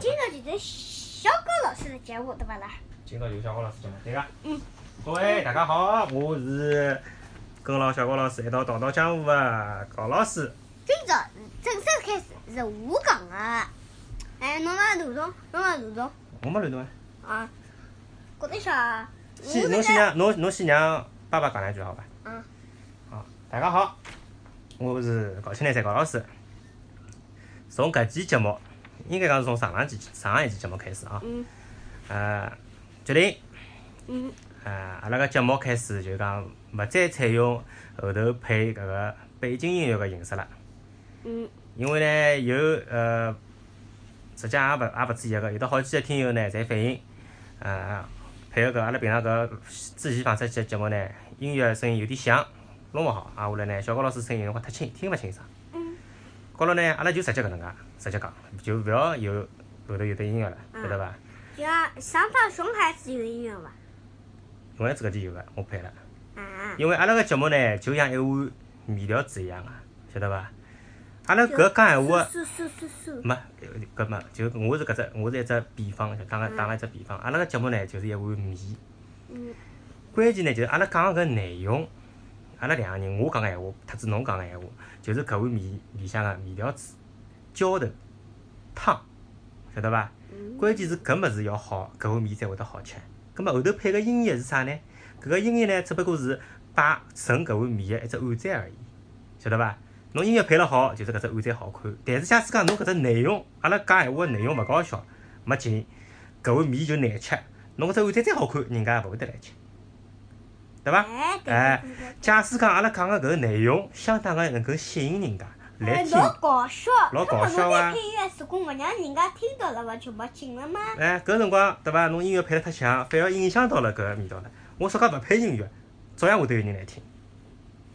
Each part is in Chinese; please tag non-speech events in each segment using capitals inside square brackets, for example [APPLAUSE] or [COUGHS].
的小高老师来讲我的吧啦？今朝由小高老师讲了，对个。嗯。各位大家好，我是跟牢小高老师一道逃到江湖的高啊老师。今朝正式开始是我讲的。哎，侬勿是大众，侬勿是大我没乱动啊。众啊？觉得啥？我先，搿侬先个让侬侬先让爸爸讲两句好伐？嗯。好，大家好，我是高青南山高老师。从搿期节目，应该讲是从上浪期上一期节目开始啊，嗯呃，决定嗯呃，阿拉个节目开始就讲勿再采用后头配搿个背景音乐个形式了，嗯因为呢有呃，实际也勿也勿止一个，有得好几个听友呢侪反映，呃，配合搿阿拉平常搿之前放出去个节目呢，音乐声音有点响，弄勿好，啊，下来呢小高老师声音有辰光太轻，听勿清爽。嗯高头呢，阿拉就直接搿能介，直接讲，就勿要有后头有得音乐了，晓得伐？就像上班熊孩子有音乐伐？永远这个就有个，我配了。啊，因为阿拉个节目呢，就像一碗面条子一样个、啊晓得伐？阿拉搿讲闲话，嗯是是是是，没搿没，就我是搿只，我是一只比方，就打个打了一只比方。阿拉个节目呢，就是一碗面。嗯关键呢，就是阿拉讲个搿内容，阿拉两个人，我讲个闲话，特子侬讲个闲话，就是搿碗面里向个面条子、浇头、汤，晓得伐？嗯关键是搿物事要好，搿碗面才会得好吃。葛末后头配个音乐是啥呢？搿个音乐呢，只不过是摆衬搿碗面个一只碗盏而已，晓得伐？侬音乐配了好，就是搿只碗盏好看。但是假使讲侬搿只内容，阿拉讲闲话个内容勿搞笑，没劲，搿碗面就难吃。侬搿只碗盏再好看，人家也勿会得来吃，对伐？哎，对哎对对假使讲阿拉讲个搿个内容相当个能够吸引人家来哎听，老搞笑，老搞笑那么啊侬在配乐时光，勿让人家听到了，勿就没劲了吗？哎，搿辰光对伐？侬音乐配得太响，反而影响到了搿个味道了。我说讲勿配音乐，照样会得有人来听，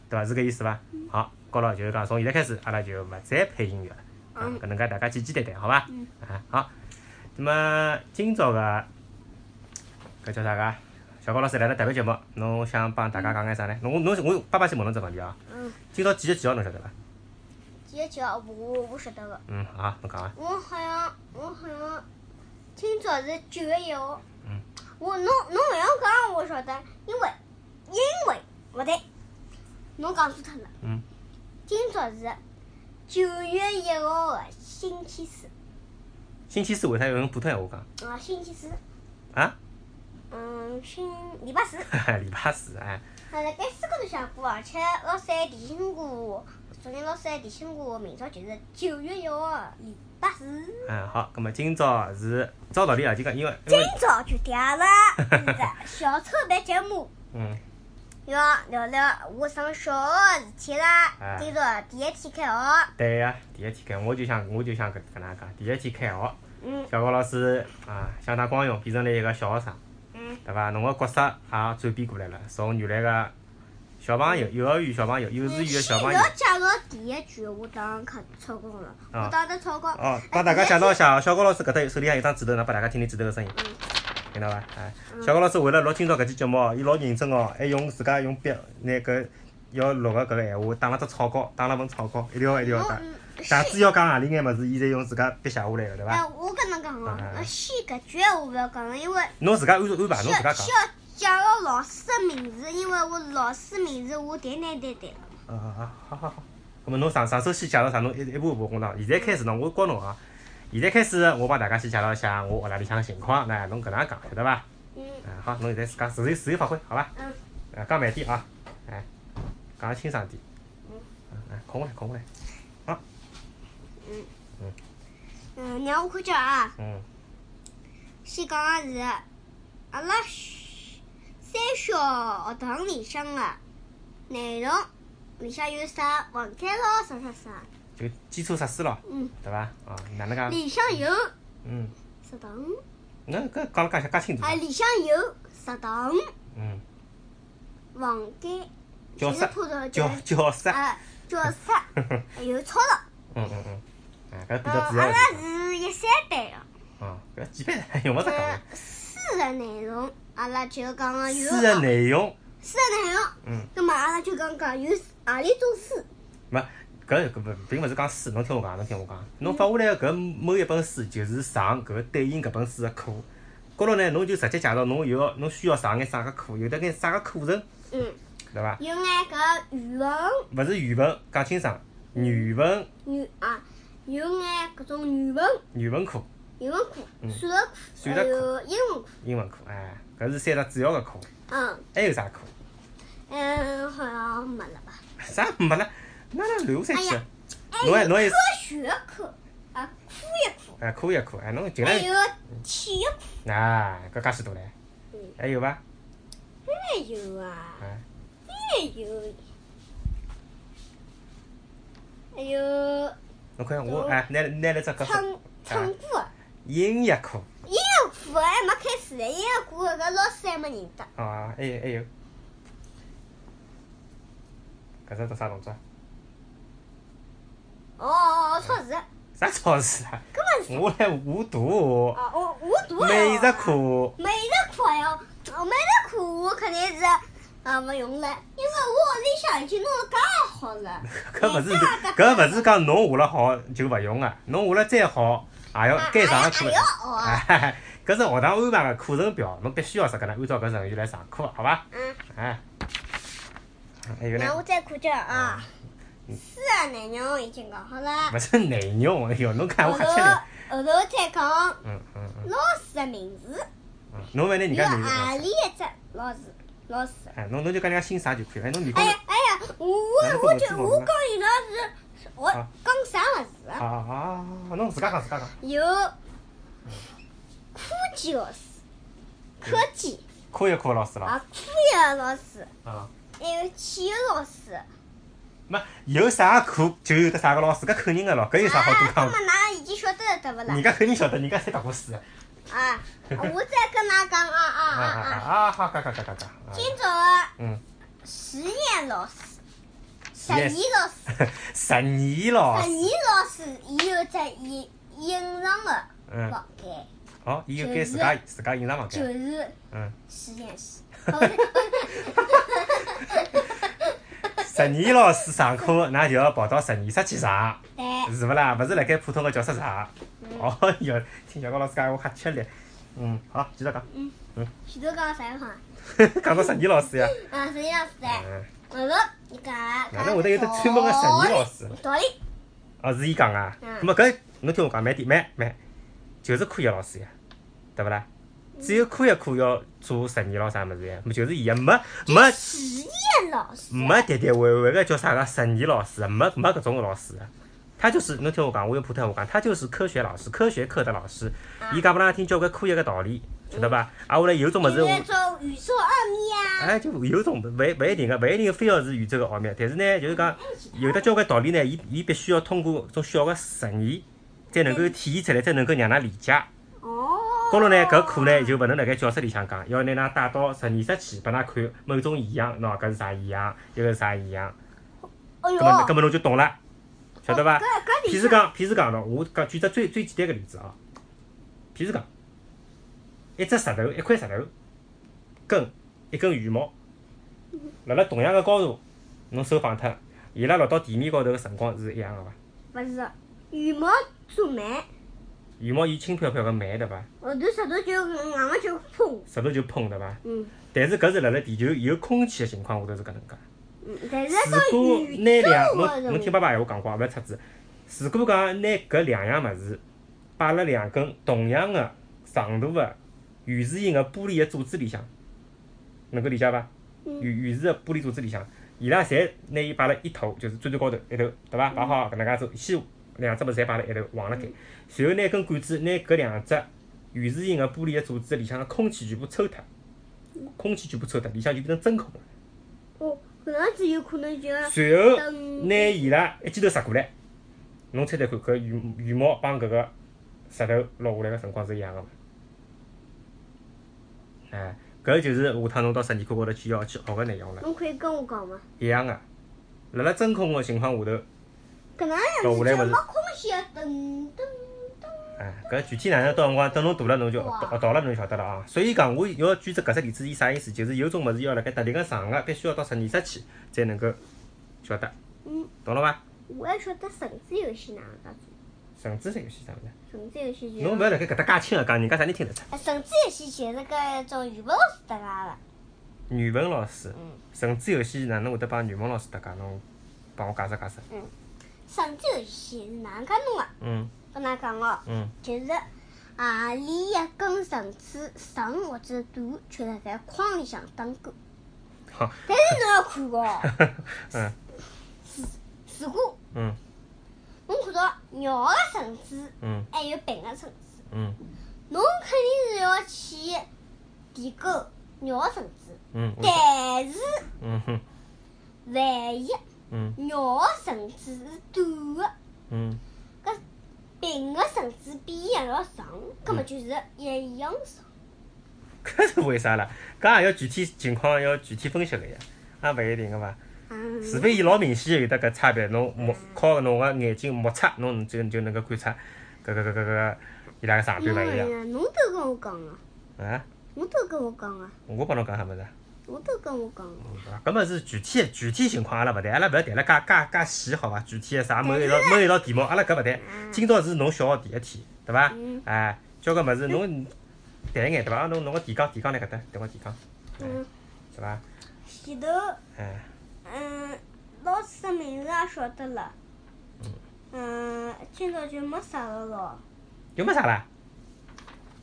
对伐？是搿意思伐？好，高老就是讲从现在开始，阿拉就勿再配音乐了，啊嗯搿能介大家简简单单，好伐？嗯啊，好。那么今朝个搿叫啥个？小高老师来了特别节目，侬想帮大家讲眼啥呢？侬侬我爸爸先问侬只问题啊，嗯，今朝几月几号侬晓得伐？几几号我我晓得个，啊嗯，好，侬讲啊。我好像我好像今朝是九月一号。嗯。我侬侬勿要讲，我晓得，因为因为勿对，侬讲错脱了。嗯。今朝是九月一号个星期四，星期四为啥要用普通闲话啊，星期四，讲啊？ [LAUGHS] 嗯，星礼拜四。礼拜四哎，啊，辣盖书高头写过，而且老师还提醒过我，昨天老师还提醒过我，明朝就是九月一号的礼拜四，嗯，好，那么今朝是照道理来就讲，因为因今为朝就点了，是小丑版节目。嗯，要聊聊我上小学的事体啦哎，今朝第一天开哦学，对呀、第一天开，我就想我就想搿搿能介，第一天开学，嗯小高老师啊相当光荣，变成了一个小学生，嗯对伐？侬个角色也转变过来了，从原来个小朋友、幼儿园小朋友、幼稚园个小朋友要，介绍第一句，我当时超纲了，啊我当时超纲。哦，帮大家介绍一下，小高老师搿搭手里向有张纸头，能拨大家听听纸头个声音。听到伐？哎，小高老师为了录今朝搿期节目哦，伊老认真哦，还用自家用笔拿搿要录个搿个闲话打了只草稿，打了份草稿，一条一条我打。嗯大是致要讲何里眼物事，伊侪用自家笔写下来个，对哎，伐？我跟侬讲哦啊，那先搿句闲话勿要讲了，因为。侬自家安安需排，侬要自家讲需。要讲到老师的名字，因为我老师名字我谈谈谈谈。啊啊啊！好好好。咁么侬上上首先介绍啥？侬一一步一步跟我讲。现在开始呢，我教侬啊。现在开始，我帮大家先介绍一下我屋里向个情况，那侬搿能介讲，晓得伐？嗯嗯，好，侬现在自家自由自由发挥，好伐？嗯啊，讲慢点啊，哎，讲清爽点。嗯。哎，空过来，空过来。嗯，让我看叫啊，嗯先讲个是阿拉小三小学堂里向个内容，里向有啥房间咯，啥啥啥。，就基础设施咯，嗯，对伐？啊，哪能介？里向有嗯，食堂，那搿讲了介介清楚啊，。里向有食堂、嗯，房间、教就是室普通，教就是教室。 [LAUGHS] 啊教室，还哎有操场。嗯嗯嗯，哎，搿比呃，较主阿要拉的。是一三班个。嗯，搿基本上用勿着呃讲。，书的内容，阿拉就讲个有书的内容，书的内容，啊嗯，那么阿拉就讲讲有何里种书，没，搿搿勿并勿是讲书，侬听我讲，侬听我讲，侬发下来搿某一本书就是上搿对应搿本书个课，高头呢侬就直接介绍侬有要侬需要上眼啥个课，有得眼啥个课程，嗯，对伐？有眼搿语文勿是语文，讲清爽，语文语啊，有眼搿种语文语文课、语文课、嗯数学课，数还学有英文课。英文课，哎，搿是三只主要个课，嗯还有啥课？嗯，好像没了吧？啥没了？哪能流出去哎了呀？侬还还有侬还科学课啊，科学课，哎，可以啊，可以，哎，侬尽还量有体育课，啊，搿介许多唻嗯，还有伐？还有啊。哎啊，还有，还有侬看我哎，拿拿了只搿哎唱只唱歌，音乐课音乐课还没开始呢，音乐课搿老师还没认得。啊，还有还有，搿只做啥动作？哦哦哦，超市，啥超市啊？ [LAUGHS] 搿么是我来无毒，哦，我我读了。美术。课美术课呀，哦美术课我肯定是啊勿用了，因为我屋里向已经弄了介好 [LAUGHS] 啊了。搿勿是美术课搿勿是讲侬画了好就勿用个，侬画了再好也要该上个课还。要学。哎，搿是学堂安排个课程表，侬必须要啥个呢？按照搿程序来上课，好伐？嗯，哎，还有呢嗯那？我再看这啊，书啊内容已经讲好了。勿是内容，哎哟，侬看我后吓头吃力。后头再讲嗯嗯嗯老师的名字，啊嗯，侬勿拿人有家名字何讲。里一只老师？老师。哎，侬侬就讲人家姓啥就可以了。哎，侬面哎孔呀哎呀，我哪我能跟我我就知道我呢讲伊拉是，我啊讲啥物事啊啊？啊，侬自家讲自家讲。有科技老师，科技科学科老师啦。啊，科学老师，啊。还有体育老师。没有啥课就有得啥个老师，搿肯定个咯，搿有啥好多啊，那么讲的？㑚已经晓得了对勿啦人？家肯定晓得，人家侪读过书的。啊，我再跟㑚讲啊啊啊啊啊啊啊！啊！好，讲讲讲讲讲。啊今朝的嗯，实验老师，实实验验老师。十年咯实。验老师伊有只隐隐藏的嗯。房间，哦，伊有该自家自家隐藏房就间。是嗯。实验室。十年老师上课，㑚就要跑到十年室去上。对，是勿啦？勿是辣盖普通个教室上。哦哟，听小高老师讲，我吓吃力。嗯，好，继续讲。前头讲啥话？讲到十二老师呀。啊，实验老师哎，嗯，后头伊讲哪能会得有得穿帮个实验老师？道理，哦，是伊讲啊。嗯咁么搿侬听我讲，慢点，慢慢，就是科学老师呀，对勿啦？只有科学课要做实验咯，啥物事呀？么就是伊呀，没没实验老师，没喋喋歪歪个叫啥个实验老师，啊没没搿种老师的。他就是，侬听我讲，我用普通话讲，他就是科学老师，科学课的老师，伊讲拨拉听交关科学个道理，晓得伐？啊，后来有种物事，我那种宇宙奥秘啊，哎，就有种勿勿一定个，勿一定非要是宇宙个奥秘，但是呢，就是讲有得交关道理呢，伊伊必须要通过种小个实验，才能够体现出来，才能够让㑚理解。哦，高头呢，搿课呢就勿能辣盖教室里向讲，要拿㑚带到实验室去，拨㑚看某种现象，喏，搿是啥现象，一个是啥现象，哎哟，搿么搿么侬就懂了，晓得伐搿？搿里譬如讲，譬如讲喏，我讲举只最最简单个例子啊，譬如讲，一只石头，一块石头，跟一根羽毛，辣辣同样个高度，侬手放脱，伊拉落到地面高头个辰光是一样个伐？勿是羽毛做慢，羽毛伊轻飘飘个慢对伐？后头石头就硬个就砰，石头就砰对伐？嗯但是搿是辣辣地球有空气个情况下头是搿能介。嗯，但是如到果宇拿宙两，个侬侬听爸爸闲话讲过啊，勿要插嘴。如果讲拿搿两样物事摆辣两根同样个长度个圆柱形个玻璃个柱子里向，能够理解伐？嗯圆圆柱个玻璃柱子里向，伊拉侪拿伊摆辣一头，就是最最高头一头，对伐？摆好搿能介做，先两只物事侪摆辣一头横辣盖，随后拿根管子拿搿两只圆柱形个玻璃个柱子里向个空气全部抽脱，空气全部抽脱，里向就变成真空了。哦，搿样子有可能就随后拿伊拉一记头杀过来，侬猜猜看，搿羽羽毛帮搿个石头落下来个辰光是一样个伐？哎，搿就是下趟侬到实验课高头去要去学个内容了，侬可以跟我讲吗？一样个、辣辣真空个情况下头，搿能样到子下来就勿没是空隙啊，噔噔噔。哎，搿具体哪能到辰光，等侬大了侬就哇学学到了侬就晓得了啊。所以讲，我要举只搿只例子，伊啥意思？就是有种物事要辣盖特定个场合，必须要到实验室去才能够晓得，嗯懂了伐？我还晓得绳子游戏哪能介绳子游戏啥物事？做，绳子游戏就是侬勿要辣盖搿搭介轻个讲，人家啥人听得出？啊绳子游戏就是搿种语文老师搭家的，语文老师，嗯绳子游戏哪能会得帮语文老师搭界？侬帮我解释解释。嗯，绳子游戏是哪能介弄的？嗯跟㑚讲哦，嗯就是啊，连一根绳子、绳或者段圈辣盖框里向打勾，好，但是侬要看 [LAUGHS] 哦，嗯如果嗯侬看到绕个绳子，嗯还哎有平个绳子，嗯侬肯定是要去提勾绕个绳子，嗯，我懂但是嗯哼万一嗯绕个绳子是短个。嗯 [LAUGHS] 搿平个绳子比伊还要长，搿么就是一样长。搿是为啥啦？搿也要具体情况要具体分析个呀，也勿一定个伐？嗯除非伊老明显有得搿差别，侬目靠侬个眼睛目测，侬就就能够观察搿搿搿搿搿伊拉个长短勿一样哎呀，侬都跟我讲啊，啊！侬都跟我讲啊，我帮侬讲啥物事啊？侬都跟我讲啊。搿么是具体的具体情况，阿拉勿谈，阿拉勿要谈了介介介细，好伐？具体的啥问一道问一道题目，阿拉搿勿谈。今朝是侬小学第一天，对伐嗯？哎，交关物事侬谈一眼对伐？侬侬个提纲提纲辣搿搭，等我提纲，嗯，对伐？前头哎，嗯，老师的名字也晓得了。嗯，今朝就没啥了啊咯。有没啥啦？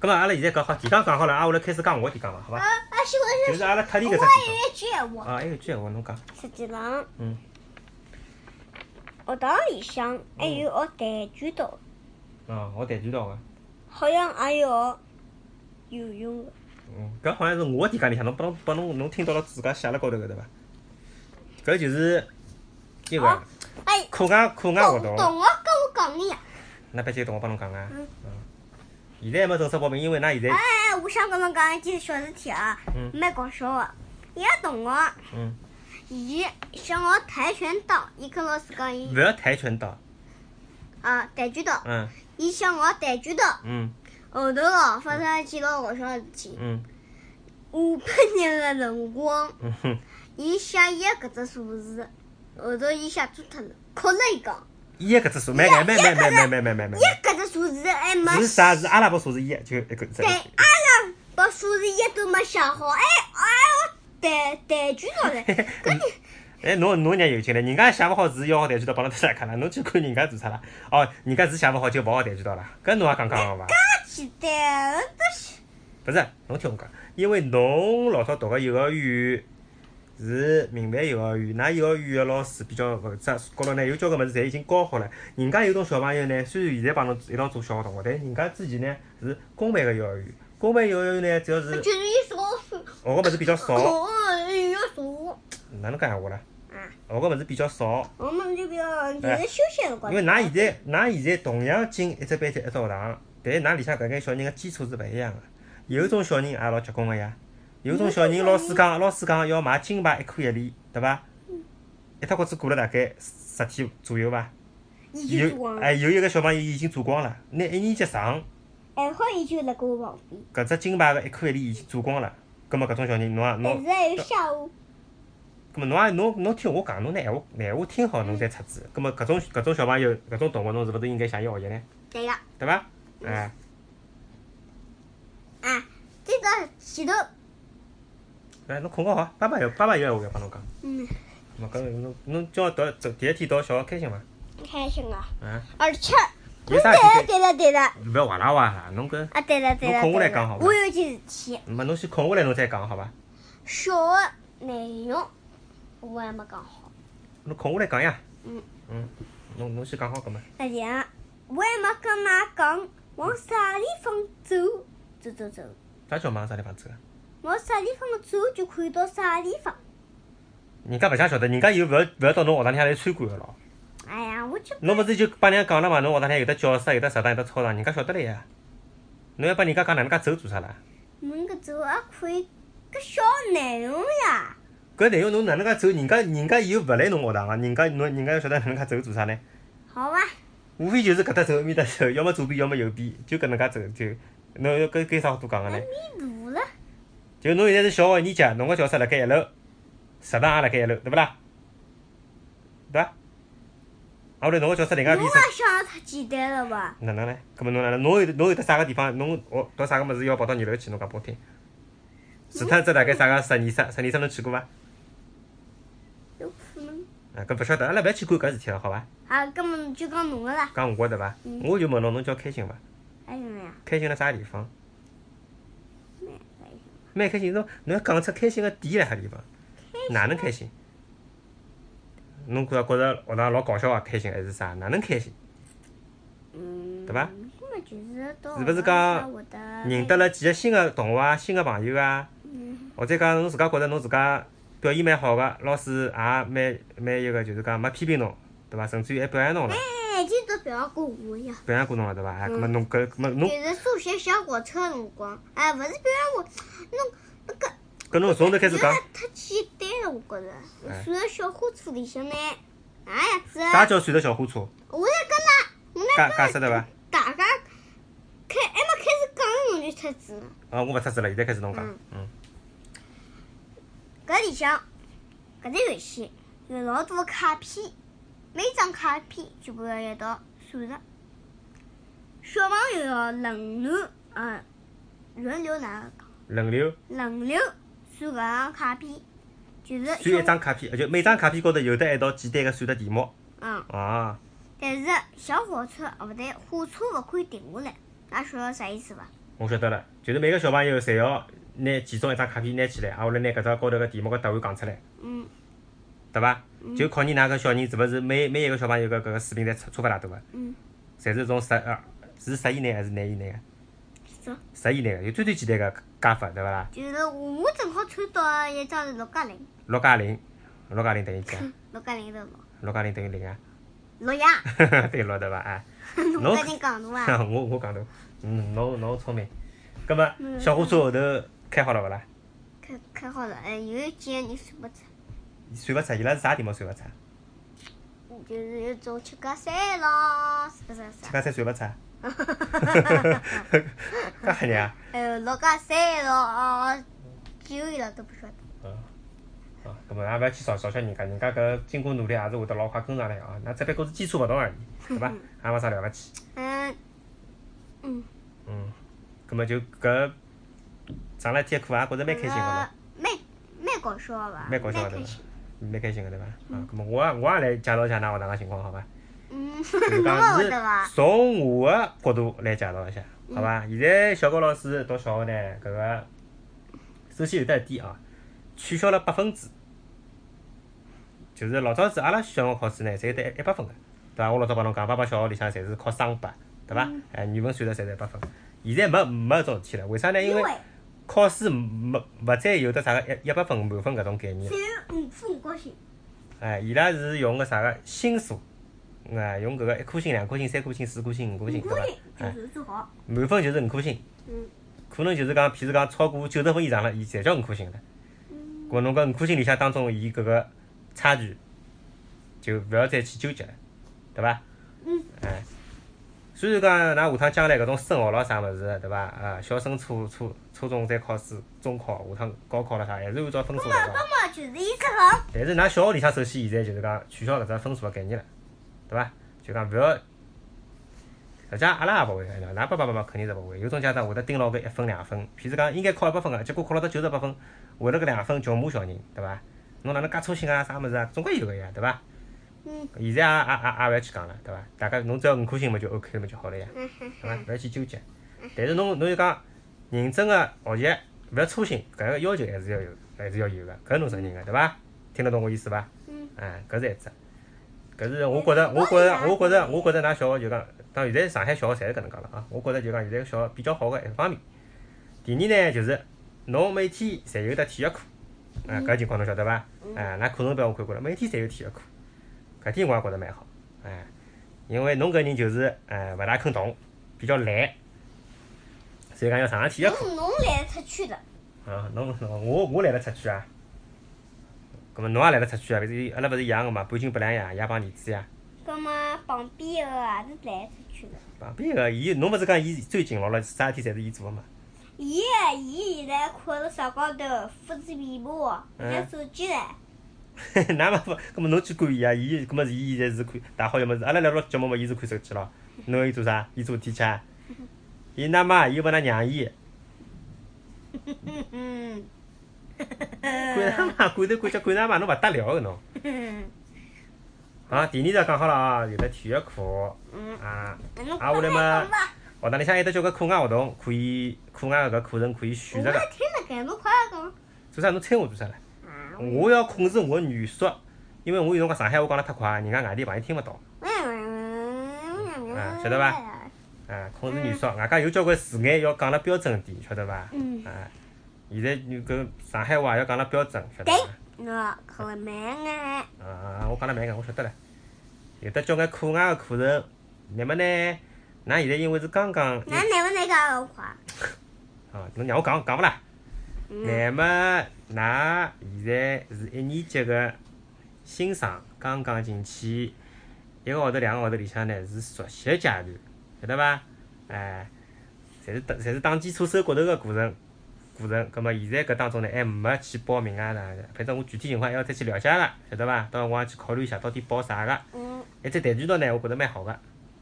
搿么阿拉现在讲好提纲讲好了，阿拉来开始讲我提纲伐？好啊伐？啊，是我就是是阿拉特我地搿只还有提一句闲纲。话，啊，还有一句闲话侬讲，实际上嗯，学堂里向还有学跆拳道，哦，我跆拳道个，好像还有学游泳的。嗯，搿好像是我提纲里向，侬帮侬帮侬侬听到了自家写辣高头个对伐？搿就是一个哦。哎，课外课外活同动，同学跟我讲的呀。那别就同我帮侬讲啊。嗯嗯。现在还没正式报名，因为㑚现在，哎，我想跟侬讲一件小事体啊嗯，蛮搞笑的。伊个同学，嗯，伊想学跆拳道，伊跟老师讲伊勿要跆拳道，啊跆拳道，嗯伊想学跆拳道。嗯后头哦，发生一件老搞笑的事体。嗯五八年的辰光，嗯哼，伊写伊个搿只数字，后头伊写错脱了，哭了一讲。伊个搿只数，慢慢慢慢慢慢慢慢慢伊，搿只数字还没嗯是啥？是阿拉伯数字一，就一个这对，个阿。拉哎把数字一都没写好，哎哎，我跆跆拳道 [LAUGHS] 嘞，搿你。哎，侬侬娘有劲了，人家写勿好字，要学跆拳道帮侬搭啥看啦？侬去看人家做啥啦？哦，人家字写勿好就勿学跆拳道啦？搿侬也讲讲好伐？简单的是，勿是，侬听我讲，因为侬老早读个幼儿园是民办幼儿园，㑚幼儿园个老师比较负责，高头呢有交关物事侪已经教好了。人家有种小朋友呢，虽然现在帮侬一道做小学同学，但人家之前呢是公办个幼儿园，公办幼儿园呢主要是就学是一说个物事比较少，哦，一说，哪能讲闲话啦？啊，学个物事比较少，我们这边就是休息的关哎因系。为㑚现在㑚现在同样进一只班级一只学堂，但是㑚里向搿眼小人个基础是勿一样个。有种小人也老结棍个呀，有种小人老师讲老师讲要买金牌一块一钿，对伐？一塌骨子过了大概十天左右伐？研究有光，哎有一个小朋友已经做光了，拿一年级上还好研究辣跟我旁边，搿只金牌个一块一钿已经做光了。葛末搿种小人侬也但侬是还有哎下午，咁么侬也侬侬听我讲，侬拿闲话拿闲话听好，侬再出子。咁么搿种搿种小朋友搿种同学，侬是勿是应该向伊学习呢？对呀，对伐？哎，啊，这个前头，来侬困觉好，爸爸啊有爸爸有闲话要帮侬讲。嗯，咁搿侬侬今朝读读第一天到小学开心伐？开心啊，啊，而且，有啥对了事体？对了对了，勿要哇啦哇啦，侬搿啊对了对了，我有件事体，没侬先困下来，侬再讲好伐？小的内容我还没讲好，侬困下来讲呀。嗯。嗯，侬侬先讲好搿么？大姐，我还没跟㑚讲往啥地方走，走走走。啥叫往啥地方走啊？往啥地方走就可以到啥地方。人家勿想晓得，人家又勿要勿要到侬学堂里向来参观个咯。哎呀，我就侬勿是就帮人家讲了嘛？侬学堂里有得教室，有得食堂，有得操场，人家晓得了呀。侬要帮人家讲哪能介走做啥啦？侬搿走也可以，搿小内容呀。搿内容侬哪能介走？人家人家又勿来侬学堂啊个，人家侬人家要晓得哪能介走做啥呢？好伐？无非就是搿搭走，埃面搭走，要么左边，要么右边，就搿能介走就。侬要搿搿有啥好多讲个那呢？迷路了，就侬现在是小学一年级，侬个教室辣盖一楼，食堂也辣盖一楼，对勿啦？对伐？后来侬要叫出另外一侬篇也想得太简单了吧？哪能呢？搿么侬哪能？侬有侬有得啥个地方？侬学到啥个物事要跑到二楼去？侬讲拨我听。除脱只大概啥个实验室，实验室侬去过伐？有可能。啊，搿勿晓得，阿拉勿要去管搿事体了，好伐？啊，搿么就讲侬个啦。哎讲我对伐？嗯我就问侬，侬叫开心伐？还有哪样？开心辣啥地方？没还有蛮开心，侬侬要讲出开心个点辣啥地方？啊哪能开心？侬觉着觉着学堂老搞笑啊，开心还是啥？哪能开心？嗯。对伐搿么就是到是不是学讲堂才会得认得了几个新个同学啊，新个朋友啊，嗯或者讲侬自家觉着侬自家表现蛮好个，老师也蛮蛮一个，就是讲没批评侬，对伐？甚至于还表扬侬了，哎，今朝不要过我呀。表扬过侬了，对伐？哎，嗯搿么侬搿搿么就侬是数学小火车的辰光，哎，勿是表扬我，侬那个搿侬从头开始讲，太简单了，我觉着。哎算了小火车里向呢，哪样子啊？啥叫算得小火车？我在跟啦，我在解跟解释对伐？大家开还没开始讲，侬就出纸了。啊，我勿出字了，现在开始侬讲嗯，嗯，搿里向搿只游戏有老多卡片，每张卡片全部要一道算着。小朋友要轮流，嗯，轮流哪能讲？轮流轮流算搿张卡片，就是算一小张卡片，就每张卡片高头有得一道简单个算的题目嗯。啊。但是小火车啊，勿对，火车勿可以停下来，㑚晓得啥意思伐？我晓得了，就是每个小朋友侪要拿其中一张卡片拿起来，挨下来拿搿只高头个题目个答案讲出来，嗯，对伐？就考验㑚搿小人是勿是每每一个小朋友个搿个水平侪差差勿大多个，嗯，侪是从十呃是十以内还是廿以内个？是，十以内个，就最最简单个加法，对伐啦？就是我正好抽到一张是六加零，六加零，六加零等于几啊？六加零等于六加零等于零啊？ [LAUGHS] 六，六呀，对六对伐？ [LAUGHS] 哎，侬赶紧讲侬啊， [LAUGHS] 我我讲头，嗯，侬侬聪明。葛么嗯小火车后头开好了勿啦？开开好了，哎，有几个人算不出，算勿出，伊拉是啥题目算勿出？就是有种七加三咯，啥啥七啥，加三算勿出啊？ [LAUGHS] 搿吓人啊！还有六加三咯，几个伊拉都不晓得，啊，啊，搿么也勿要去嘲嘲笑人家，人家搿经过努力也是会得老快跟上来啊。那只不过是基础勿同而已，对伐？也没啥了勿起。嗯，嗯，嗯，搿么就搿上了一天课也觉着蛮开心个嘛，蛮蛮搞笑的吧，蛮搞笑个对嗯开伐心，？蛮开心个对伐？啊，搿么我也我也来介绍一下㑚学堂个情况好伐？嗯，就是侬讲勿是会得伐？从我个角度来介绍一下，好伐？现在小高老师读小学呢，搿个首先有得一点啊，取消了百分制，就是老早子阿拉小学考试呢，侪有得一一百分个，对伐？我老早帮侬讲，爸爸小学里向侪是考双百，对伐？哎，语文算得侪是一百分，现在没没搿种事体了，为啥呢？因因为为考试没勿再有得啥个一一百分满分搿种概念了只。有五分五角星，哎，伊拉是用个啥个星数，哎，用搿个一颗星、两颗星、三颗星、四颗星、五颗五星，对角星伐？就哎，是最好。满分就是五颗星，嗯可能就是讲，譬如讲超过九十分以上了，伊侪叫五颗星了。嗯搿侬搿五颗星里向当中，伊搿个差距就勿要再去纠结了，对伐？嗯。哎，虽然讲㑚下趟将来搿种升学咯啥物事，对伐？啊，小升初、初初中再考试，中考、下趟高考了啥，还是按照分数来那个。么就是一只横，但是㑚小学里向首先现在就是讲取消搿只分数个概念了，对伐？就讲勿要，实际阿拉也勿会，㑚爸爸妈妈肯定是勿会。有种家长会得盯牢搿一分两分，譬如讲应该考一百分个，结果考了到九十八分，为了搿两分穷骂小人，对伐？侬哪能介粗心啊？啥物事啊？总归有个呀，对伐？嗯现在也也也也勿要去讲了，对伐？大家侬只要五颗星嘛就 OK 嘛就好了呀，嗯哼嗯对伐？勿要去纠结。但是侬侬就讲认真个学习，勿要粗心，搿个要求还是要有，还是要有个，搿侬承认个，对伐？听得懂我意思伐？嗯，哎，搿是一只，�ës是我觉着，我觉着，我觉着，我觉着，㑚小学就讲，当然现在上海小学侪是搿能介了啊。我觉着就讲现在小学比较好个一方面。第二呢，就是侬每天侪有得体育课，啊，搿情况侬晓得伐？哎，㑚课程表我看过了，每天侪有体育课，搿点我也觉着蛮好，哎，因为侬搿人就是哎勿大肯动，比较懒，所以讲要上上体育就课。是侬来出去的，啊，侬侬我我懒得出去啊。葛末侬也懒得出去啊？勿是阿拉勿是一样个嘛，半斤八两呀，爷帮儿子呀。葛么旁边个也是啊来出去的。旁边啊个伊，侬勿是讲伊最勤劳了，啥事体侪是伊做个嘛？ [LAUGHS] 伊嗯伊现在困辣床高头，敷着被窝，拿手机唻，㑚嘛勿，葛末侬去管伊啊，伊葛末是伊现在是看大好要么是阿拉辣录节目嘛，伊是看手机咯。侬要伊做啥？伊做体检啊。伊㑚妈又勿㑚让伊，嗯管㑚妈管头管脚管㑚妈，侬勿得了个侬。嗯，啊，第二条讲好了啊，有得体育课啊。侬啊快下来点嘛讲吧，学堂里向还有得交关课外活动，可以课外搿课程可以选择我个还。听了该，侬快啊点讲。做啥侬催我做啥唻？啊，我要控制我语速，因为我有辰光上海话讲了太快，人家外地朋友听勿到。嗯啊晓得伐？啊，控制语速，外加有交关字眼要讲了标准点，晓得伐？嗯啊，现在你搿上海话也要讲了标准，晓得对伐？，侬看了慢眼，啊，我讲了慢眼，我晓得了。有得交关课外个课程，那么呢，㑚现在因为是刚刚，那哪个哪个我快？啊，侬让我讲讲勿啦？嗯，那么，㑚现在是一年级个新生，刚刚进去，一个号头、两个号头里向呢是熟悉阶段，晓得伐？哎，侪是打，侪是打基础收骨头个过程，过程。葛末现在搿当中呢，还没去报名啊哪个，反正我具体情况还要再去了解了，晓得伐？到辰光去考虑一下到底报啥个。嗯，一只跆拳道呢，我觉着蛮好个，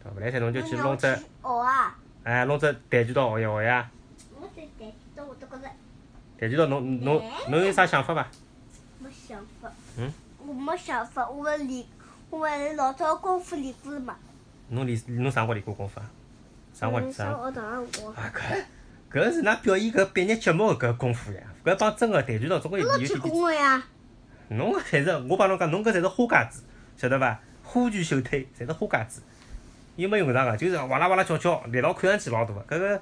对伐？勿来三侬就去弄只，哦啊，哎，弄只跆拳道学一学呀。我这这这哦我都觉着跆拳道侬侬侬有啥想法伐？没想法。嗯。我没想法，我勿练，我勿是老早功夫练过了嘛。侬练侬啥辰光练过功夫啊？啥辰光嗯练啥？上学堂的我。啊搿搿是㑚表演搿毕业节目的搿功夫呀！搿帮真个跆拳道总归有我有去点点。过个呀，侬搿侪是我帮侬讲，侬搿侪是花架子，晓得伐？花拳绣腿侪是花架子，又没用场个，就是哇啦哇啦叫叫，力道看上去老大个，搿个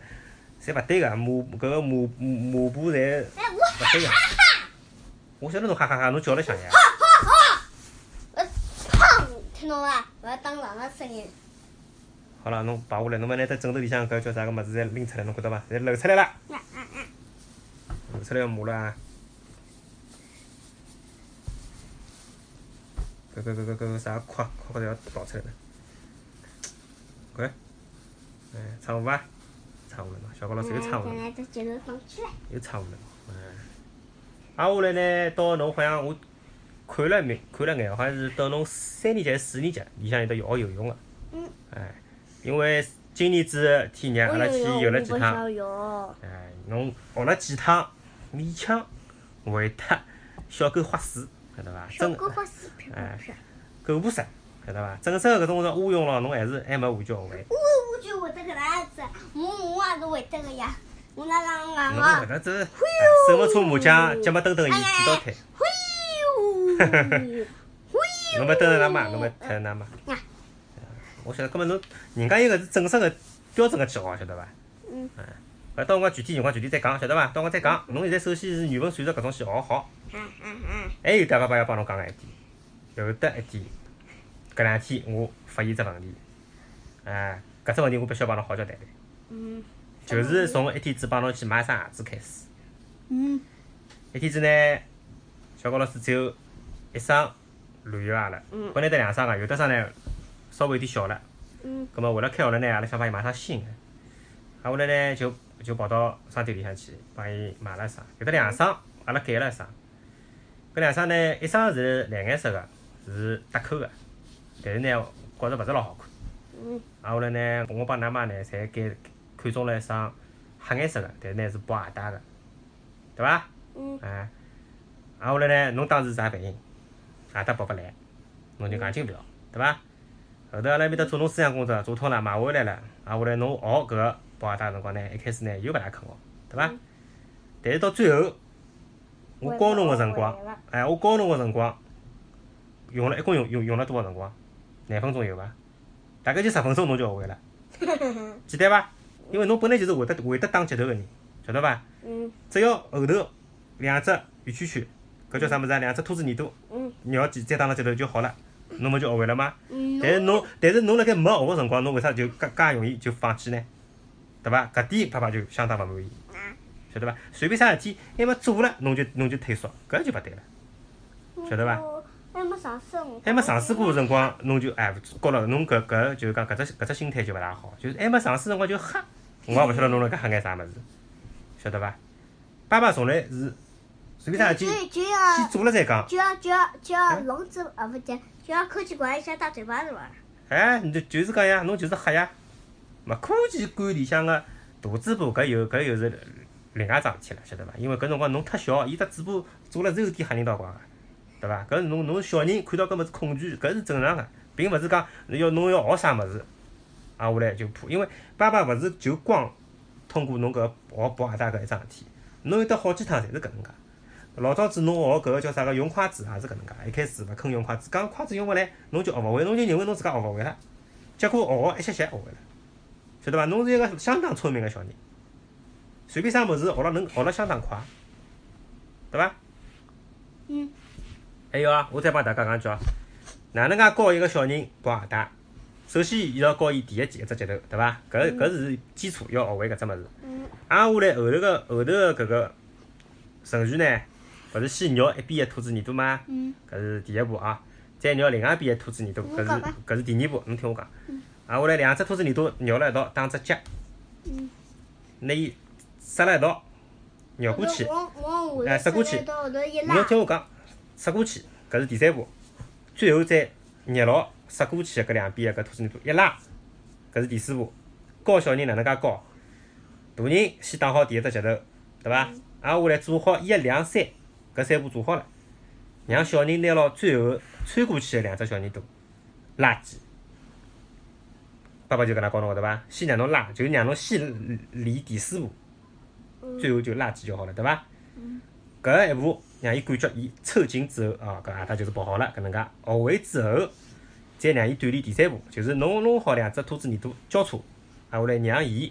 侪勿对个，马搿个马马步侪哎我勿对个。我晓得侬哈哈哈，侬叫了响呀。我砰，呃听懂伐？我要当场个声音。好了，侬摆下来，侬把拿只枕头里向搿叫啥个物事侪拎出来，侬看到伐？侪露出来了，啊啊啊！露出来个马了啊！搿搿搿搿搿啥框框高头要倒出来了。搿，哎，窗户伐？窗户了喏，小高老师又窗户了喏，再拿只节奏放嗯起来。又窗户了喏，哎。挨下来啊呢，到侬好像我看了眼看了眼，好像是到侬三年级、四年级里向有得学游泳个。嗯。哎，因为今年子天热，阿拉哎去游了几趟。哎我有。哎，侬学了几趟，勉强会得小狗划水，晓得伐？小真狗花水漂哎不漂？狗步式，晓得伐？真正搿种种蛙泳咯，侬还是还没完全学会。我我就会得搿能样子，我我也是会得个呀。我那浪侬浪搿 [LAUGHS] 啊，搭只哎手没搓麻将，脚没蹬蹬伊，哎呀几道腿。嘿 [LAUGHS] 哟，嘿哟。侬没蹬蹬㑚妈，侬没蹬蹬㑚妈。呀我晓得，搿么侬人家有个是正式个标准个计划，晓得伐？嗯。搿到辰光具体情况具体再讲，晓得伐？到辰光再讲。侬现在首先是语文、数学搿种先学好。嗯嗯嗯，还有大家爸要帮侬讲个一点，有得一点，搿两天我发现只问题，哎、搿只问题我必须要帮侬好交代代，嗯就是从一天子帮侬去买一双鞋子开始，嗯一天子呢，小高老师只有一双旅游鞋了，嗯本来得两双个，有的双呢稍微有点小了，嗯葛末为了开学了呢，阿拉想帮伊买双新个，啊，后来呢就就跑到商店里向去帮伊买了一双，有得两双，阿拉改了一双。搿两双呢，一双是蓝颜色个，是搭扣个，但是呢，觉着勿是老好看。嗯啊，后来呢，我帮㑚妈呢，侪改看中了一双黑颜色个，但是呢是包鞋带个，对伐？嗯，哎，啊，后来呢，侬当时啥反应？啊阿达报勿来，侬就硬劲勿要，对伐？后头阿拉埃面搭做侬思想工作，做通了，买回来了。啊，后来侬学搿个包鞋带个辰光呢，一开始呢又勿大肯学，对伐嗯？但是到最后，我教侬个辰光我也勿学回来了，哎，我教侬个辰光，用了一共用用用了多少辰光？廿分钟有伐？大概就十分钟侬就学 [LAUGHS] 会了，简单伐？因为侬本来就是会得会得打节奏个人，晓得伐？嗯只要后头两只圆圈圈，搿叫啥物事啊？两只兔子耳朵嗯绕几再打了接头就好了，侬么就学会了吗？嗯，但是侬，但是侬辣盖没学个辰光，侬为啥就介介容易就放弃呢？对伐？搿点爸爸就相当勿满意，晓得伐？随便啥事体还没做了，侬就侬就退缩，搿就勿对了。晓得伐？还没尝试过，还没尝试过个辰光，侬就哎，觉了侬搿搿就是讲搿只搿只心态就勿大好，就是还没尝试辰光就黑，我也勿晓得侬辣盖黑眼啥物事，晓得伐？爸爸从来是随便啥就就先就要做了再讲。就要就要就要哎聋子啊，不对，就要科技馆一下大嘴巴子玩。哎，你就就是讲呀，侬就是黑呀。嘛，科技馆里向个大嘴巴，搿又搿又是另外桩事体了，晓得伐？因为搿辰光侬太小，伊只嘴巴做了只有点吓人到光个，啊对伐？搿是侬侬小人看到搿物事恐惧，搿是正常个，并勿是讲要侬要学啥物事，啊下来就怕，因为爸爸勿是就光通过侬搿学博阿达搿一桩事体，侬有得好几趟侪是搿能介。老早子侬学搿个叫啥个用筷子也啊是搿能介，一开始勿肯用筷子，讲筷子用勿来，侬就学勿会，侬就认为侬自家学勿会了，结果学学一歇歇学会了，晓得伐？侬是一个相当聪明个小人，随便啥物事学了能学了相当快，对伐？嗯，还有啊，我再帮大家讲一句啊，哪能介教一个小人博鞋带？首先，伊要教伊第一节一只节头，对伐？搿搿是基础，要学会搿只物事。嗯，挨下来后头个后头个搿个程序呢，勿是先绕一边个兔子耳朵吗？嗯，搿是第一步啊。再绕另外一边个兔子耳朵，侬搿讲是吧搿是第二步，侬听我讲。挨下来两只兔子耳朵绕了一道，打只结。嗯。拿伊塞了一道，绕过去。往往哎塞过去到后头一你拉要，听我讲，塞过去，搿是第三步，最后再捏牢塞过去的啊搿两边的搿兔子耳朵一拉，搿是第四步。教小人哪能介教？大人先打好第一只节头，对伐？挨下来做好一两三，搿三步做好了，让小人拿牢最后穿过去的两只小耳朵拉紧。爸爸就搿能介教侬个对伐？先让侬拉，就让侬先练第四步，最后就拉紧就好了，对伐？搿一步让伊感觉伊抽筋之后啊，搿阿达就是跑好了，搿能介学会之后，再让伊锻炼第三步，就是侬弄好两只兔子耳朵交叉，啊，下来让伊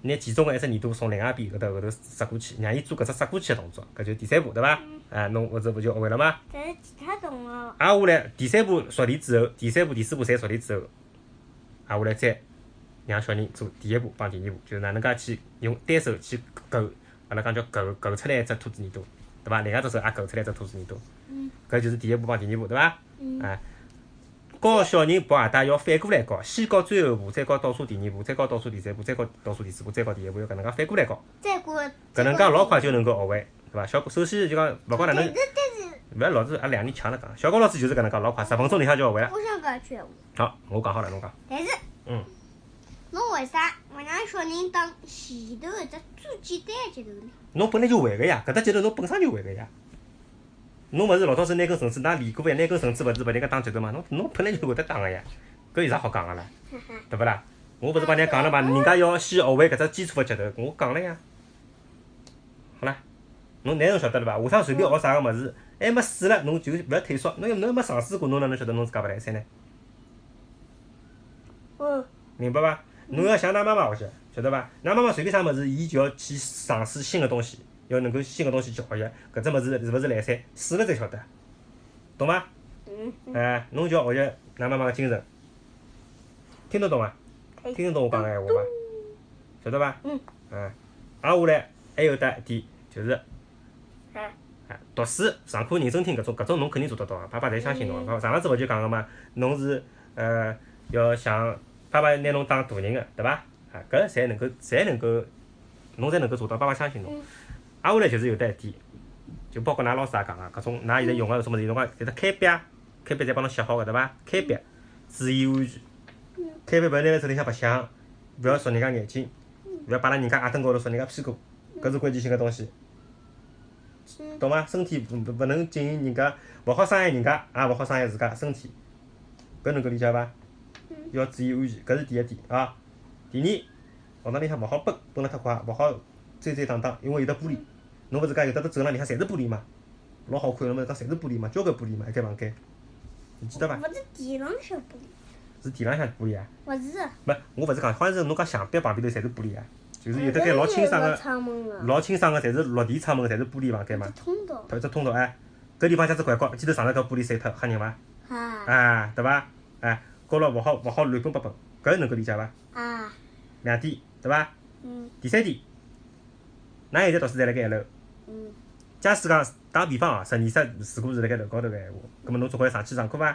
拿其中的一只耳朵从另外一边搿头搿头塞过去，让伊做搿只塞过去的动作，搿就是第三步，对伐？啊，侬搿只不就学会了吗？但是其他啊懂了，挨下来第三步熟练之后，第三步、第四步侪熟练之后，挨下来再让小人做第一步帮第二步，就是哪能介去用单手去勾，阿拉讲叫勾勾出来一只兔子耳朵，对伐？另外一只手也啊勾出来一只兔子耳朵，嗯搿就是第一步帮第二步，对伐？嗯哎，教小人博鞋带要反过来教，先教最后一步，再教倒数第二步，再教倒数第三步，再教倒数第四步，再教第一步，要搿能介反过来教，再过搿能介老快就能够学会，对伐？小首先就讲勿管哪但能是。但是勿要老是阿两年强了讲，小高老师就是搿能介，老快，十分钟里向就学会了。我想讲一句闲话，好，我讲好了，侬讲。但是嗯，侬为啥勿让小人当前头一只最简单的节头呢？侬本来就会个呀，搿只节奏侬本身就会个呀。侬勿是老早子拿根绳子，㑚练过伐？拿根绳子勿是拨人家打节奏嘛？侬侬本来就会得打个呀，搿有啥好讲个啦？对勿啦？我勿是帮人家讲了嘛，人家要先学会搿只基础个节奏，我讲了呀。好啦，侬哪能晓得了伐？下趟随便学啥个物事，还没试了，侬就勿要退缩。侬又侬又没尝试过，侬哪能晓得侬自家勿来三呢？嗯，明白伐？侬要向㑚妈妈学习，晓得伐？㑚妈妈随便啥物事，伊就要去尝试新个东西，要能够新个东西去学习。搿只物事是勿是来三？试了才晓得，懂伐？嗯，哎，侬就要学习㑚妈妈个精神，听得懂伐？可以听得懂我讲个闲话伐？晓得伐？哎嗯。哎，挨下来还有得一点就是。哎哎，读书、上课认真听搿种，搿种侬肯定做得到个，啊爸爸侪相信侬。个。上浪子勿就讲个嘛，侬是呃要像爸爸拿侬当大人个，对伐？啊，搿侪能够，侪能够，侬侪能够做到，爸爸相信侬嗯。挨下来就是有得一点，就包括㑚老师也讲啊个，搿种㑚现在用个有什么事情，侬讲有得铅笔啊，铅笔侪帮侬写好个，对伐？铅笔注意安全，铅笔勿要拿辣手里向白相，勿要戳人家眼睛，勿要摆辣人家额头高头戳人家屁股，搿是关键性个东西。嗯懂伐？身体勿勿勿能进行人家，勿好伤害人家，也勿好伤害自家身体，搿能够理解伐？要注意安全，搿是第一点啊。第二，学堂里向勿好奔，奔了太快，勿好追追打打，因为有得玻璃。侬勿是讲有得只走廊里向侪是玻璃嘛？老好看，侬勿是讲侪是玻璃嘛？交关玻璃嘛，一间房间，你记得伐？勿是地上小玻璃，是地浪向玻璃啊？勿是，没，我勿是讲，好像是侬讲墙壁旁边头侪是玻璃啊，就是有得间老清爽个啊个、窗门个，老清爽个，侪是落地窗门，侪是玻璃房间嘛是。通道，头一只通道哎，搿地方像只拐角，记头上头搿玻璃碎脱吓人伐？啊啊，对伐？哎，高了勿好勿好乱蹦八蹦，搿能够理解伐？啊，两点，对伐？嗯第三点，㑚现在读书侪辣盖一楼，嗯假使讲打比方啊，实验室如果是辣盖楼高头个闲话，葛末侬总归要上去上课伐？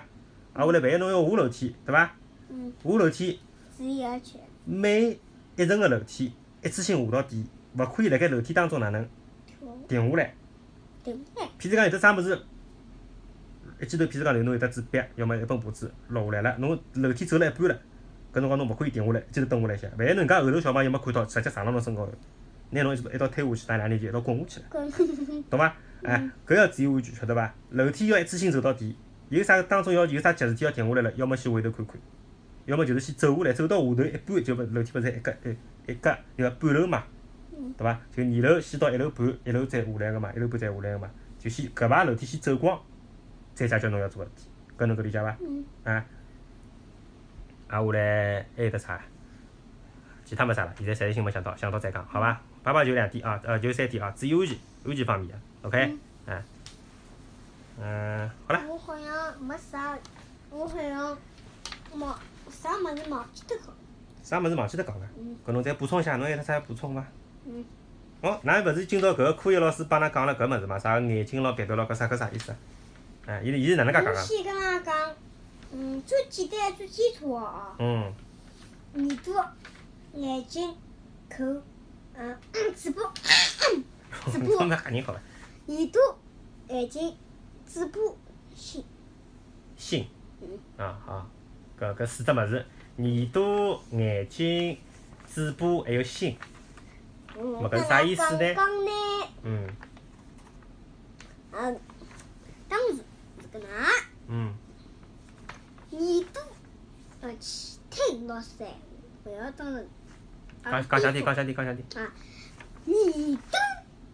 啊，下来万一侬要下楼梯，对伐？嗯，下楼梯注意安全，每一层个楼梯一次性下到底，勿可以辣盖楼梯当中哪能跳停下来，对不对？譬如讲有得啥物事，一记头，譬如讲有侬有得支笔，要么一本簿子落下来了，侬楼梯走了一半了，搿辰光侬勿可以停下来，一记头蹲下来一下，万一人家后头小朋友没看到，直接上了侬身高头，拿侬一记头一道推下去，㑚两人就一道滚下去了。 [LAUGHS] 搿懂伐？哎，搿要注意安全，晓得伐？楼梯要一次性走到底，有啥当中要有啥急事体要停下来了，要么先回头看看，要么就是先走下来，走到下头一半就勿楼梯勿是一格一一格对伐？半楼嘛，对伐？就二楼先到一楼半，一楼再下来个嘛，一楼半再下来个嘛，就先搿排楼梯先走光，再解决侬要做个事体，搿能够理解伐？嗯，啊，啊，下来还有得啥？其他没啥了，现在暂时性没想到，想到再讲，好伐？爸爸就两点啊，呃，就三点啊，注意安全，安全方面的，OK，嗯，嗯，好了，我好像没啥，我好像忘啥物事忘记脱个。啥物事忘记脱讲了嗯，搿啊侬再补充一下，侬有得啥要补充伐？嗯，哦，㑚勿是今朝搿个科学老师帮㑚讲了搿物事嘛？啥眼睛咯、鼻头咯，搿啥搿啥意思啊？哎，伊伊是哪能介讲侬个？先跟俺讲，嗯，最简单最基础个哦，嗯，耳朵、眼睛、口，嗯，嘴巴，嘴 [LAUGHS] 巴侬吓人好伐？耳朵、眼睛、嘴巴、心。心嗯，啊好，搿搿四只物事，耳朵、眼睛、嘴巴还有心，嗯没搿啥意思呢跟俺讲呢，嗯嗯，当时是搿能啊。嗯耳朵，呃，去听老师闲话，勿要当成。讲讲响点，讲响点，讲 [LAUGHS] 响点，啊，耳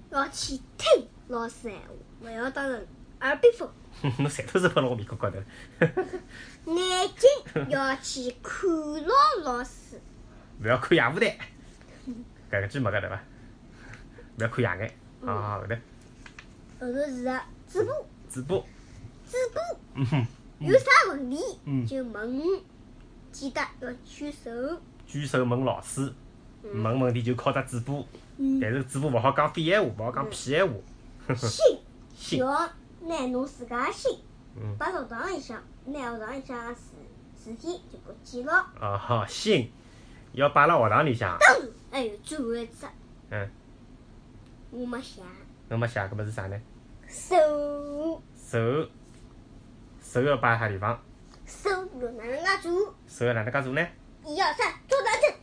朵要去听老师闲话，勿要当成耳边风。侬舌头是碰到我面孔 [LAUGHS] 高头了，眼睛要去看牢老师，勿要看夜舞台，搿个句没搿对伐？勿要看夜眼，啊后头后头是个嘴巴，嘴巴，嘴巴嗯哼，有啥问嗯题就问，记得要举手。 [LAUGHS] 举手问老师，问问题就靠只嘴巴，嗯，但是嘴巴勿好讲闲话，勿好讲屁闲话，呵呵，心心要拿侬自家的心嗯，摆学堂里向，拿学堂里向的事事体就过记牢。啊哈，心要摆辣学堂里向，当然还有最后一只，嗯，我没想。侬没写搿物事啥呢？手手，手要摆啥地方？手要哪能介做？手要哪能介做呢？一二三，坐端正。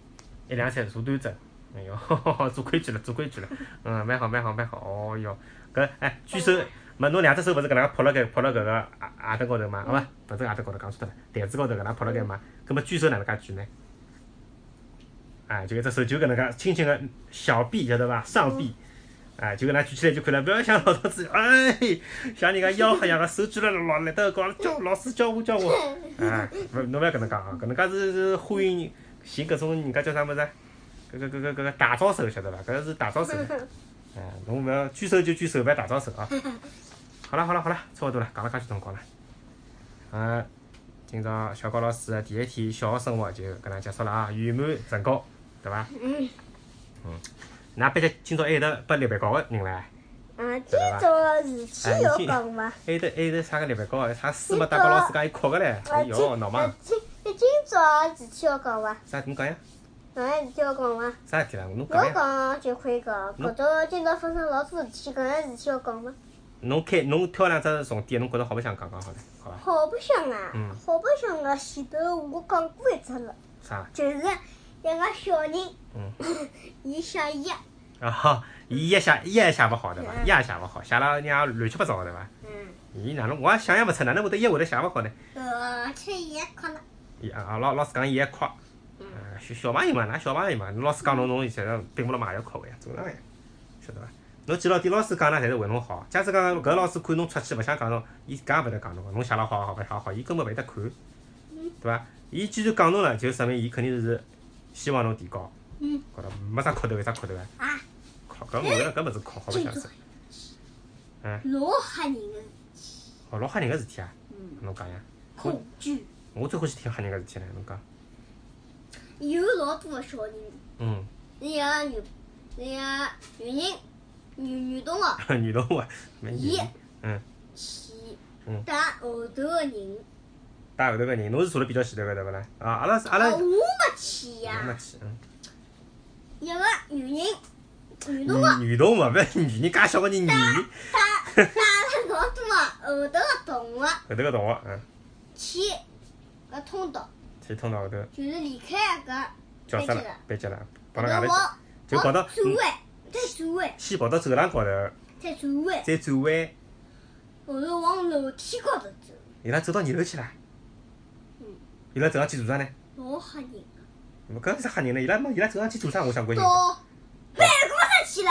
一两三坐端正。哎哟， [LAUGHS] 做规矩了，做规矩了。嗯，蛮好，蛮好，蛮好。哦哟，搿哎，举手，没侬两只手勿是搿能介拍辣盖拍辣搿个啊牙牙凳高头嘛？好伐？勿是啊牙凳高头讲错脱了，台子高头搿能拍辣盖嘛？葛末举手哪能介举呢？啊，就一只手就搿能介轻轻个小臂晓得伐？上臂。啊，就搿能介举起来就可以了，勿要像老早子，哎，像人家吆喝一样个，手举了老立得高，叫老师教我教我。啊，勿侬勿要搿能介啊，搿能介是是欢迎寻搿种人家叫啥物事啊？搿个搿个搿个大招手晓得伐？搿是大招手。哎，侬勿要举手就举手，勿要大招手啊！好了好了好了，差勿多了，讲了介许辰光了。啊，今朝小高老师的第一天小学生活就搿能结束了啊，圆满成功，对伐？嗯，㑚班级今朝还有得拨立白高个人唻，啊，今朝个事体要讲伐？还有得还有得啥个立白高个，啥书没带拨老师讲伊哭个唻，哎啊，今哟闹忙啊。今今朝个事体要讲伐？啥侬讲呀？哪个事体要讲伐？啥事体啦？侬讲侬呀？讲就可以讲，侬搿到今朝发生老多事体，搿个事体要讲伐？侬开侬挑两只重点，侬觉着好白相讲讲好了，好伐？好白相啊嗯！好白相个前啊头我讲过一只了，啥？就是一个小人嗯， [COUGHS] 伊写伊，啊哈，伊一写伊也写勿好对伐？嗯伊也写勿好，写了人家乱七八糟个对伐？嗯，伊哪能我也想象勿出，哪能会得一会得写勿好呢？而且伊还哭了。伊啊老老师讲伊还哭，嗯呃小小朋友嘛，㑚小朋友嘛，侬老师讲侬侬现在并勿了嘛也要哭个呀，正常个呀，晓得伐？侬记牢点，老师讲㑚侪是为侬好。假使讲搿个老师看侬出去勿想讲侬，伊搿也勿会得讲侬个，侬写了好也好，勿写好，伊根本勿会得看，对伐？伊既然讲侬了，就说明伊肯定是希望侬提高，嗯觉着没啥哭头，有啥哭头啊？啊，哭，搿我觉着搿物事哭好白相这死种。嗯老吓人个哦，老吓人个事体啊！嗯侬讲呀，恐惧，我最欢喜听吓人个事体了，侬讲。有老多个小人，嗯， [LAUGHS] 伊个女，伊个女人，女女同学女同学，蛮伊严。嗯，去嗯打后头个人，带后头个人，侬是坐了比较前头个对勿啦？啊，阿拉是阿啊，拉我没去没呀。去。嗯，一个女人，女同学 [LAUGHS] 女女同学，勿是女人，介小个人，女人打拉了老多后头个同学后头个同学，嗯，去搿通道，去通道后头就是离开搿教室班级了了，班级了，跑到搿外头头去，跑就嗯跑到跑转弯，再转弯，先跑到走廊高头，再转弯，再转弯，后头往楼梯高头走，伊拉走到二楼去啦嗯。伊拉走上去做啥呢？老吓人啊个。咾搿是吓人呢！伊拉没伊拉走上去做啥？我想关心。到办公室去了，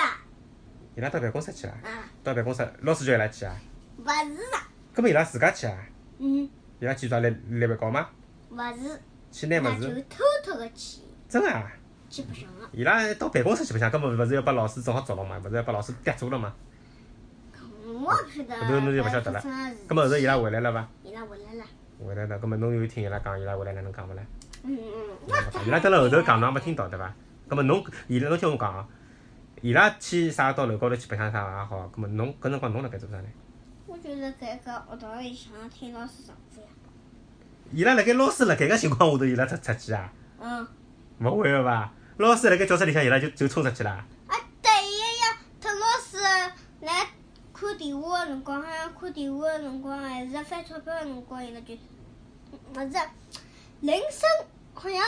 伊拉到办公室去啦，啊，到办公室，老师叫伊拉去啊。勿是啦，搿么伊拉自家去啊？嗯，伊拉去啥来来办搞吗？勿是，去拿那物就事？偷偷个去，真个啊！去白相个。伊拉到办公室去白相，搿么勿是要把老师正好抓牢嘛？勿是要把老师逮住了嘛？我不晓得，后头侬就勿晓得了发生事体搿么后啊头伊拉回来了伐？伊拉回来了，回来了，搿啊么侬有听伊拉讲伊拉回来哪能讲勿啦？嗯嗯，我伊拉蹲辣后头讲，侬也没听到对伐？葛末啊侬伊拉侬听我讲啊，伊拉去啥到楼高头去白相啥也好，葛末侬搿辰光侬辣盖做啥呢？我觉得搿个学堂里向听老师上课呀，伊拉辣盖老师辣盖个情况下头，伊拉出出去啊？嗯，勿会个伐？老师辣盖教室里向，伊拉就就冲出去啦。啊对呀呀，特老师来看电话个辰光，啊好像看电话个辰光，还是翻钞票个辰光，伊拉就，勿是，铃声好像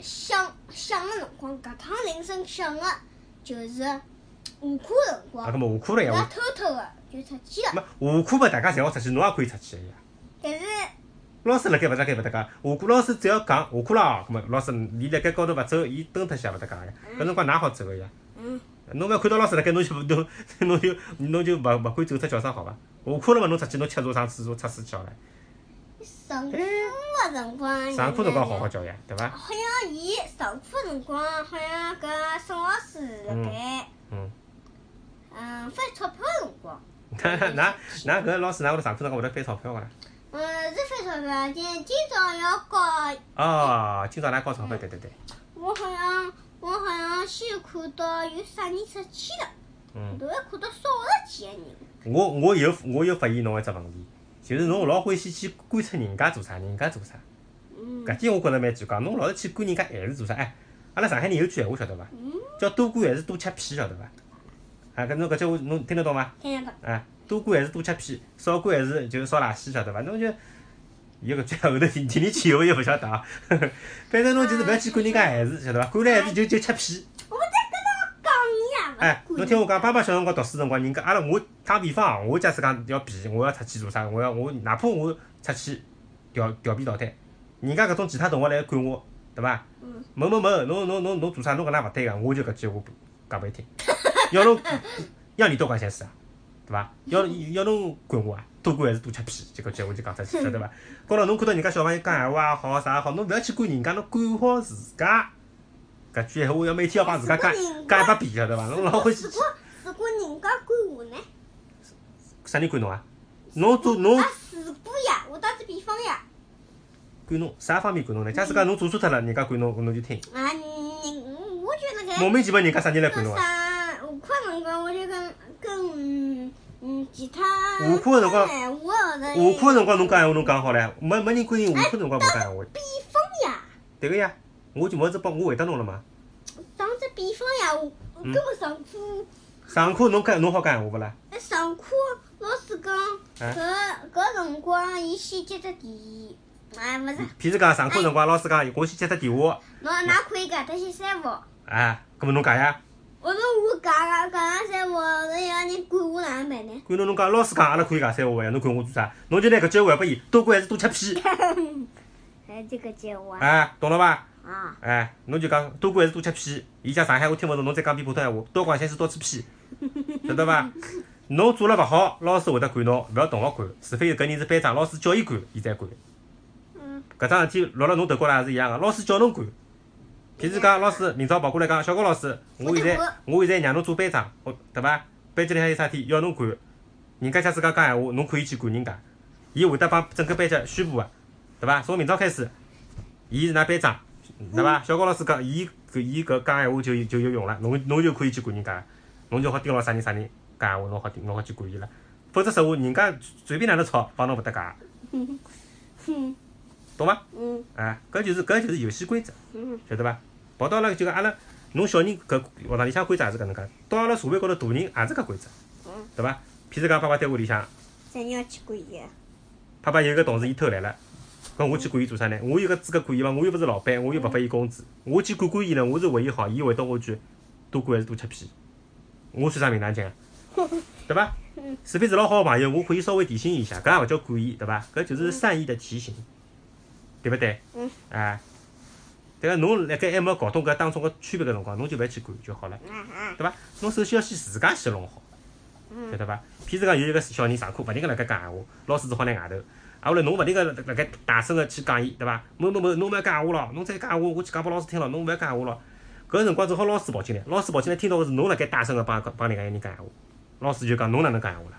响响个辰光，搿趟铃声响个就是下课个辰啊，光葛，末下课了伊闲拉话，偷偷个就出去了，没下课嘛，大家侪好出去，侬也可以出去个呀。但是老师辣盖勿搭界勿搭界，下课老师只要讲下课啦，葛末老师伊辣盖高头勿走，伊蹲脱歇勿搭界个呀。搿辰光㑚好走个呀？嗯。侬勿要看到老师辣盖，侬就勿侬侬就侬就勿勿敢走出教室好伐？下课了嘛，侬出去侬吃茶上厕所出水去好了。上课个辰光，上课辰光好好教呀，对伐？好像伊上课辰光，好像搿宋老师辣盖，嗯，嗯，翻钞票辰光，㑚㑚㑚搿个老师㑚会得上课辰光会得翻钞票个啦？嗯，是翻钞票。今今朝要交，哦，今朝㑚交钞票，对对对，我好像我好像先看到有啥人出去了，嗯，后头还看到少了几个人。我我有我有发现侬一只问题，就是侬老欢喜去观察人家做啥，人家做啥，嗯搿点我觉着蛮奇怪，侬老是去观人家还是做啥？哎，阿拉上海人有句闲话晓得伐？嗯，叫多观还是多吃屁，晓得伐？啊，搿侬搿句话侬听得懂伐？听得到。啊，多管还是多吃屁，少管还是就是少垃圾，晓得伐？侬就伊搿句后头第第二句闲话又勿晓得啊。 [LAUGHS] 反正侬就是勿要去管人家孩子，晓得伐？管了孩子就就吃屁。我在跟侬讲你哎啊，，侬听我讲，爸爸小辰光读书辰光，人家阿拉我打比方啊，我假使讲要皮，我要出去做啥？我要我哪怕我出去调调皮捣蛋，人家搿种其他同学来管我，对伐？嗯某某某，侬侬侬侬做啥？侬搿能勿对个，我就搿句话讲拨伊听。要侬要你多管闲事啊，对伐？要要侬管我啊，多管还是多吃屁？这个句话就讲出去，晓得伐？高头侬看到人家小朋友讲闲话也好啥也好，侬勿要去管人家，侬管好自家。搿句闲话要每天要帮自家讲讲一百遍，晓得伐？侬老欢喜如果如果人家管我呢？啥人管侬啊？侬做侬啊，如果呀，我打只比方呀。管侬啥方面管侬呢？假使讲侬做错脱了，人家管侬，侬就听。啊，你我觉得搿莫名其妙人家啥人来管搿侬啊？啥下课辰光，我就跟跟嗯嗯其他下课辰光闲话的下课辰光侬讲闲话侬讲好唻，没没人规定下课辰光勿讲闲话。比方呀，对个呀，我就没子帮我回答侬了嘛。打只比方呀，我我嗯跟我上课上课侬讲侬好讲闲话勿啦？呃上课老师讲啊搿搿辰光，伊先接只电，哎勿是，譬如讲上课辰光，老师讲我先接只电话，侬㑚可以搿搭先删勿？哎，搿么侬讲呀？我说我搿搿搿样删勿，那有人管我哪能办呢？管侬侬讲老师讲阿拉可以讲三话呀，侬管我做啥？侬就拿搿句话还拨伊，多管还是多吃屁？哎，这个接我哎，懂了伐？啊，哎，侬就讲多管还是多吃屁？伊讲上海话听勿懂，侬再讲遍普通闲话，多管闲事多吃屁，晓得伐？侬做了勿好，老师会得管侬，勿要同学管，除非搿人是班长，老师叫伊管，伊才管。嗯，搿桩事体落辣侬头高头也是一样个，老师叫侬管。譬如讲，老师明朝跑过来讲，小高老师，我现在我现在让侬做班长，哦，对伐？班级里向有啥事体要侬管，人家假使讲讲闲话，侬可以去管人家，伊会得帮整个班级宣布个，对伐？从明朝开始，伊是㑚班长，啊嗯对伐？小高老师讲，伊搿伊搿讲闲话就有就有用了，侬侬就可以去管人家了，侬就好盯牢啥人啥人讲闲话，侬好盯侬好去管伊了。否则实话，人家随便哪能吵，帮侬勿搭界，哼，懂伐？嗯啊，搿就是搿就是游戏规则。嗯。晓得伐？跑到了就讲阿拉侬小人搿学堂里向规则也是搿能介，到阿拉社会高头大人也是搿规则嗯，对伐？譬譬如讲，爸爸单位里向，咱要去管伊个。爸爸有一个同事伊偷懒了，搿我去管伊做啥呢？我有搿资格管伊伐？我又勿是老板，我又勿拨伊工资，我去管管伊呢，我是为伊好，伊回到我句多管还是多吃屁？我算啥名堂讲？啊对伐？除非是老好个朋友，我可以稍微提醒一下，搿也勿叫故意，对伐？搿就是善意的提醒，对勿对？嗯。哎，对个，侬辣盖还没搞懂搿当中个区别个辰光，侬就勿要去管就好了，啊啊，对伐？侬首先要先自家先弄好，晓嗯，得伐？譬如讲有一个小人上课勿停个辣盖讲闲话，老师只好拿外头，啊，后来侬勿停个辣盖大声个去讲伊，对伐？某某某，侬勿要讲闲话咯，侬再讲闲话，我去讲拨老师听了，侬勿要讲闲话咯。搿辰光正好老师跑进来，老师跑进来听到个是侬辣盖大声个帮帮人家一人讲闲话，老师就讲侬哪能讲闲话啦，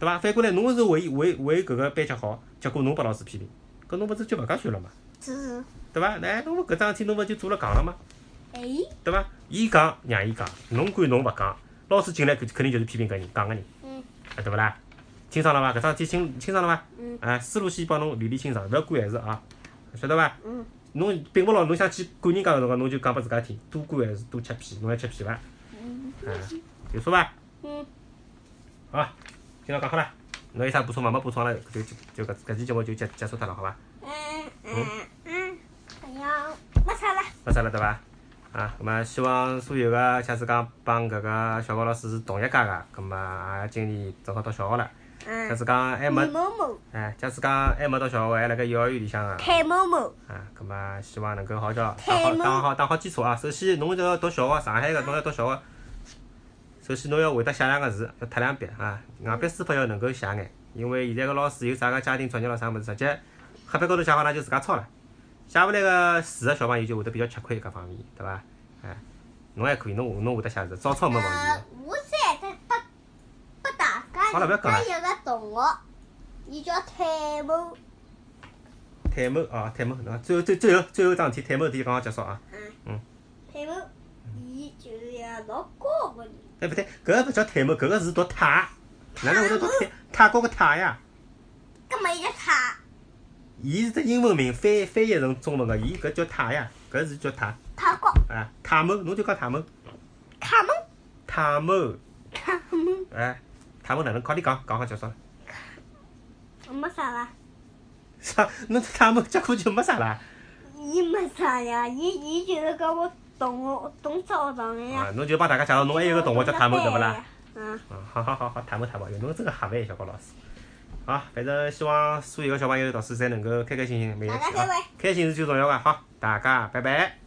对伐？反过来侬是为为为搿个班级好，结果侬拨老师批评，搿侬勿是就勿讲算了嘛，这是。对伐？那侬搿桩事体侬勿就做了戆了吗？哎，对伐？伊讲让伊讲，侬管侬勿讲，老师进来肯肯定就是批评搿人讲个人。嗯啊，对勿啦？清爽了伐？搿桩事体清清爽了伐？嗯啊，思路先帮侬理理清爽，勿要管闲事啊，晓得伐？嗯侬并勿牢，侬想去管人家个辰光，侬就讲拨自家听，多管闲事，多吃屁，侬要吃屁伐？啊，有数伐？嗯，好，今朝讲好了，侬有啥补充伐？没补充了，就就就搿搿期节目就结结束脱了，好伐？嗯嗯嗯，好像没啥了。没啥了对伐？啊，葛末希望所有个假使讲帮搿个小高老师是同一家个，葛末也今年正好到小学了，假嗯，使讲还李没，某某，哎，假使讲还没到小学，还辣盖幼儿园里向个。蔡某某，啊，咁么希望能够好叫打太好猛打好打好基础啊。首先，侬要读小学，啊上海个侬要读小学，首先侬要会得写两个字，要踏两笔啊。硬笔书法要能够写眼，因为现在个老师有啥个家庭作业咯啥物事，直接黑板高头写好，㑚就自家抄了。写勿来个字个小朋友就会得比较吃亏搿方面，对伐？哎，侬还可以，侬侬会得写字，照抄没问题呃个。，我再再拨拨大家好了不要讲了一个同学，伊叫蔡某，泰某啊，泰某，喏，最后最最后最后一桩事体，泰某事体刚刚结束啊。蔡某，伊就是一个老高个人，哎，不对，搿个勿叫泰某，搿个字读泰，哪能会得读泰泰国个泰呀？搿么伊叫他，伊是只英文名翻翻译成中文个，伊搿叫塔呀，搿是叫塔他高，啊，塔某，侬就讲塔某，卡门，塔某，卡门，哎，塔某哪能快点讲，讲好结束了。 [LAUGHS] 没啥了。啥？侬塔某结果就没啥啦？伊没啥呀，伊伊就是跟我同学同早上的啊呀。，侬就帮大家介绍，侬还有一个同学叫塔某，对勿啦？？嗯，啊，好好好好，塔某塔某，哟，侬真个吓饭，小高老师。好，反正希望所有个小朋友、读书侪能够开开心心，每一天大家开啊会，开心是最重要个。好，大家拜拜。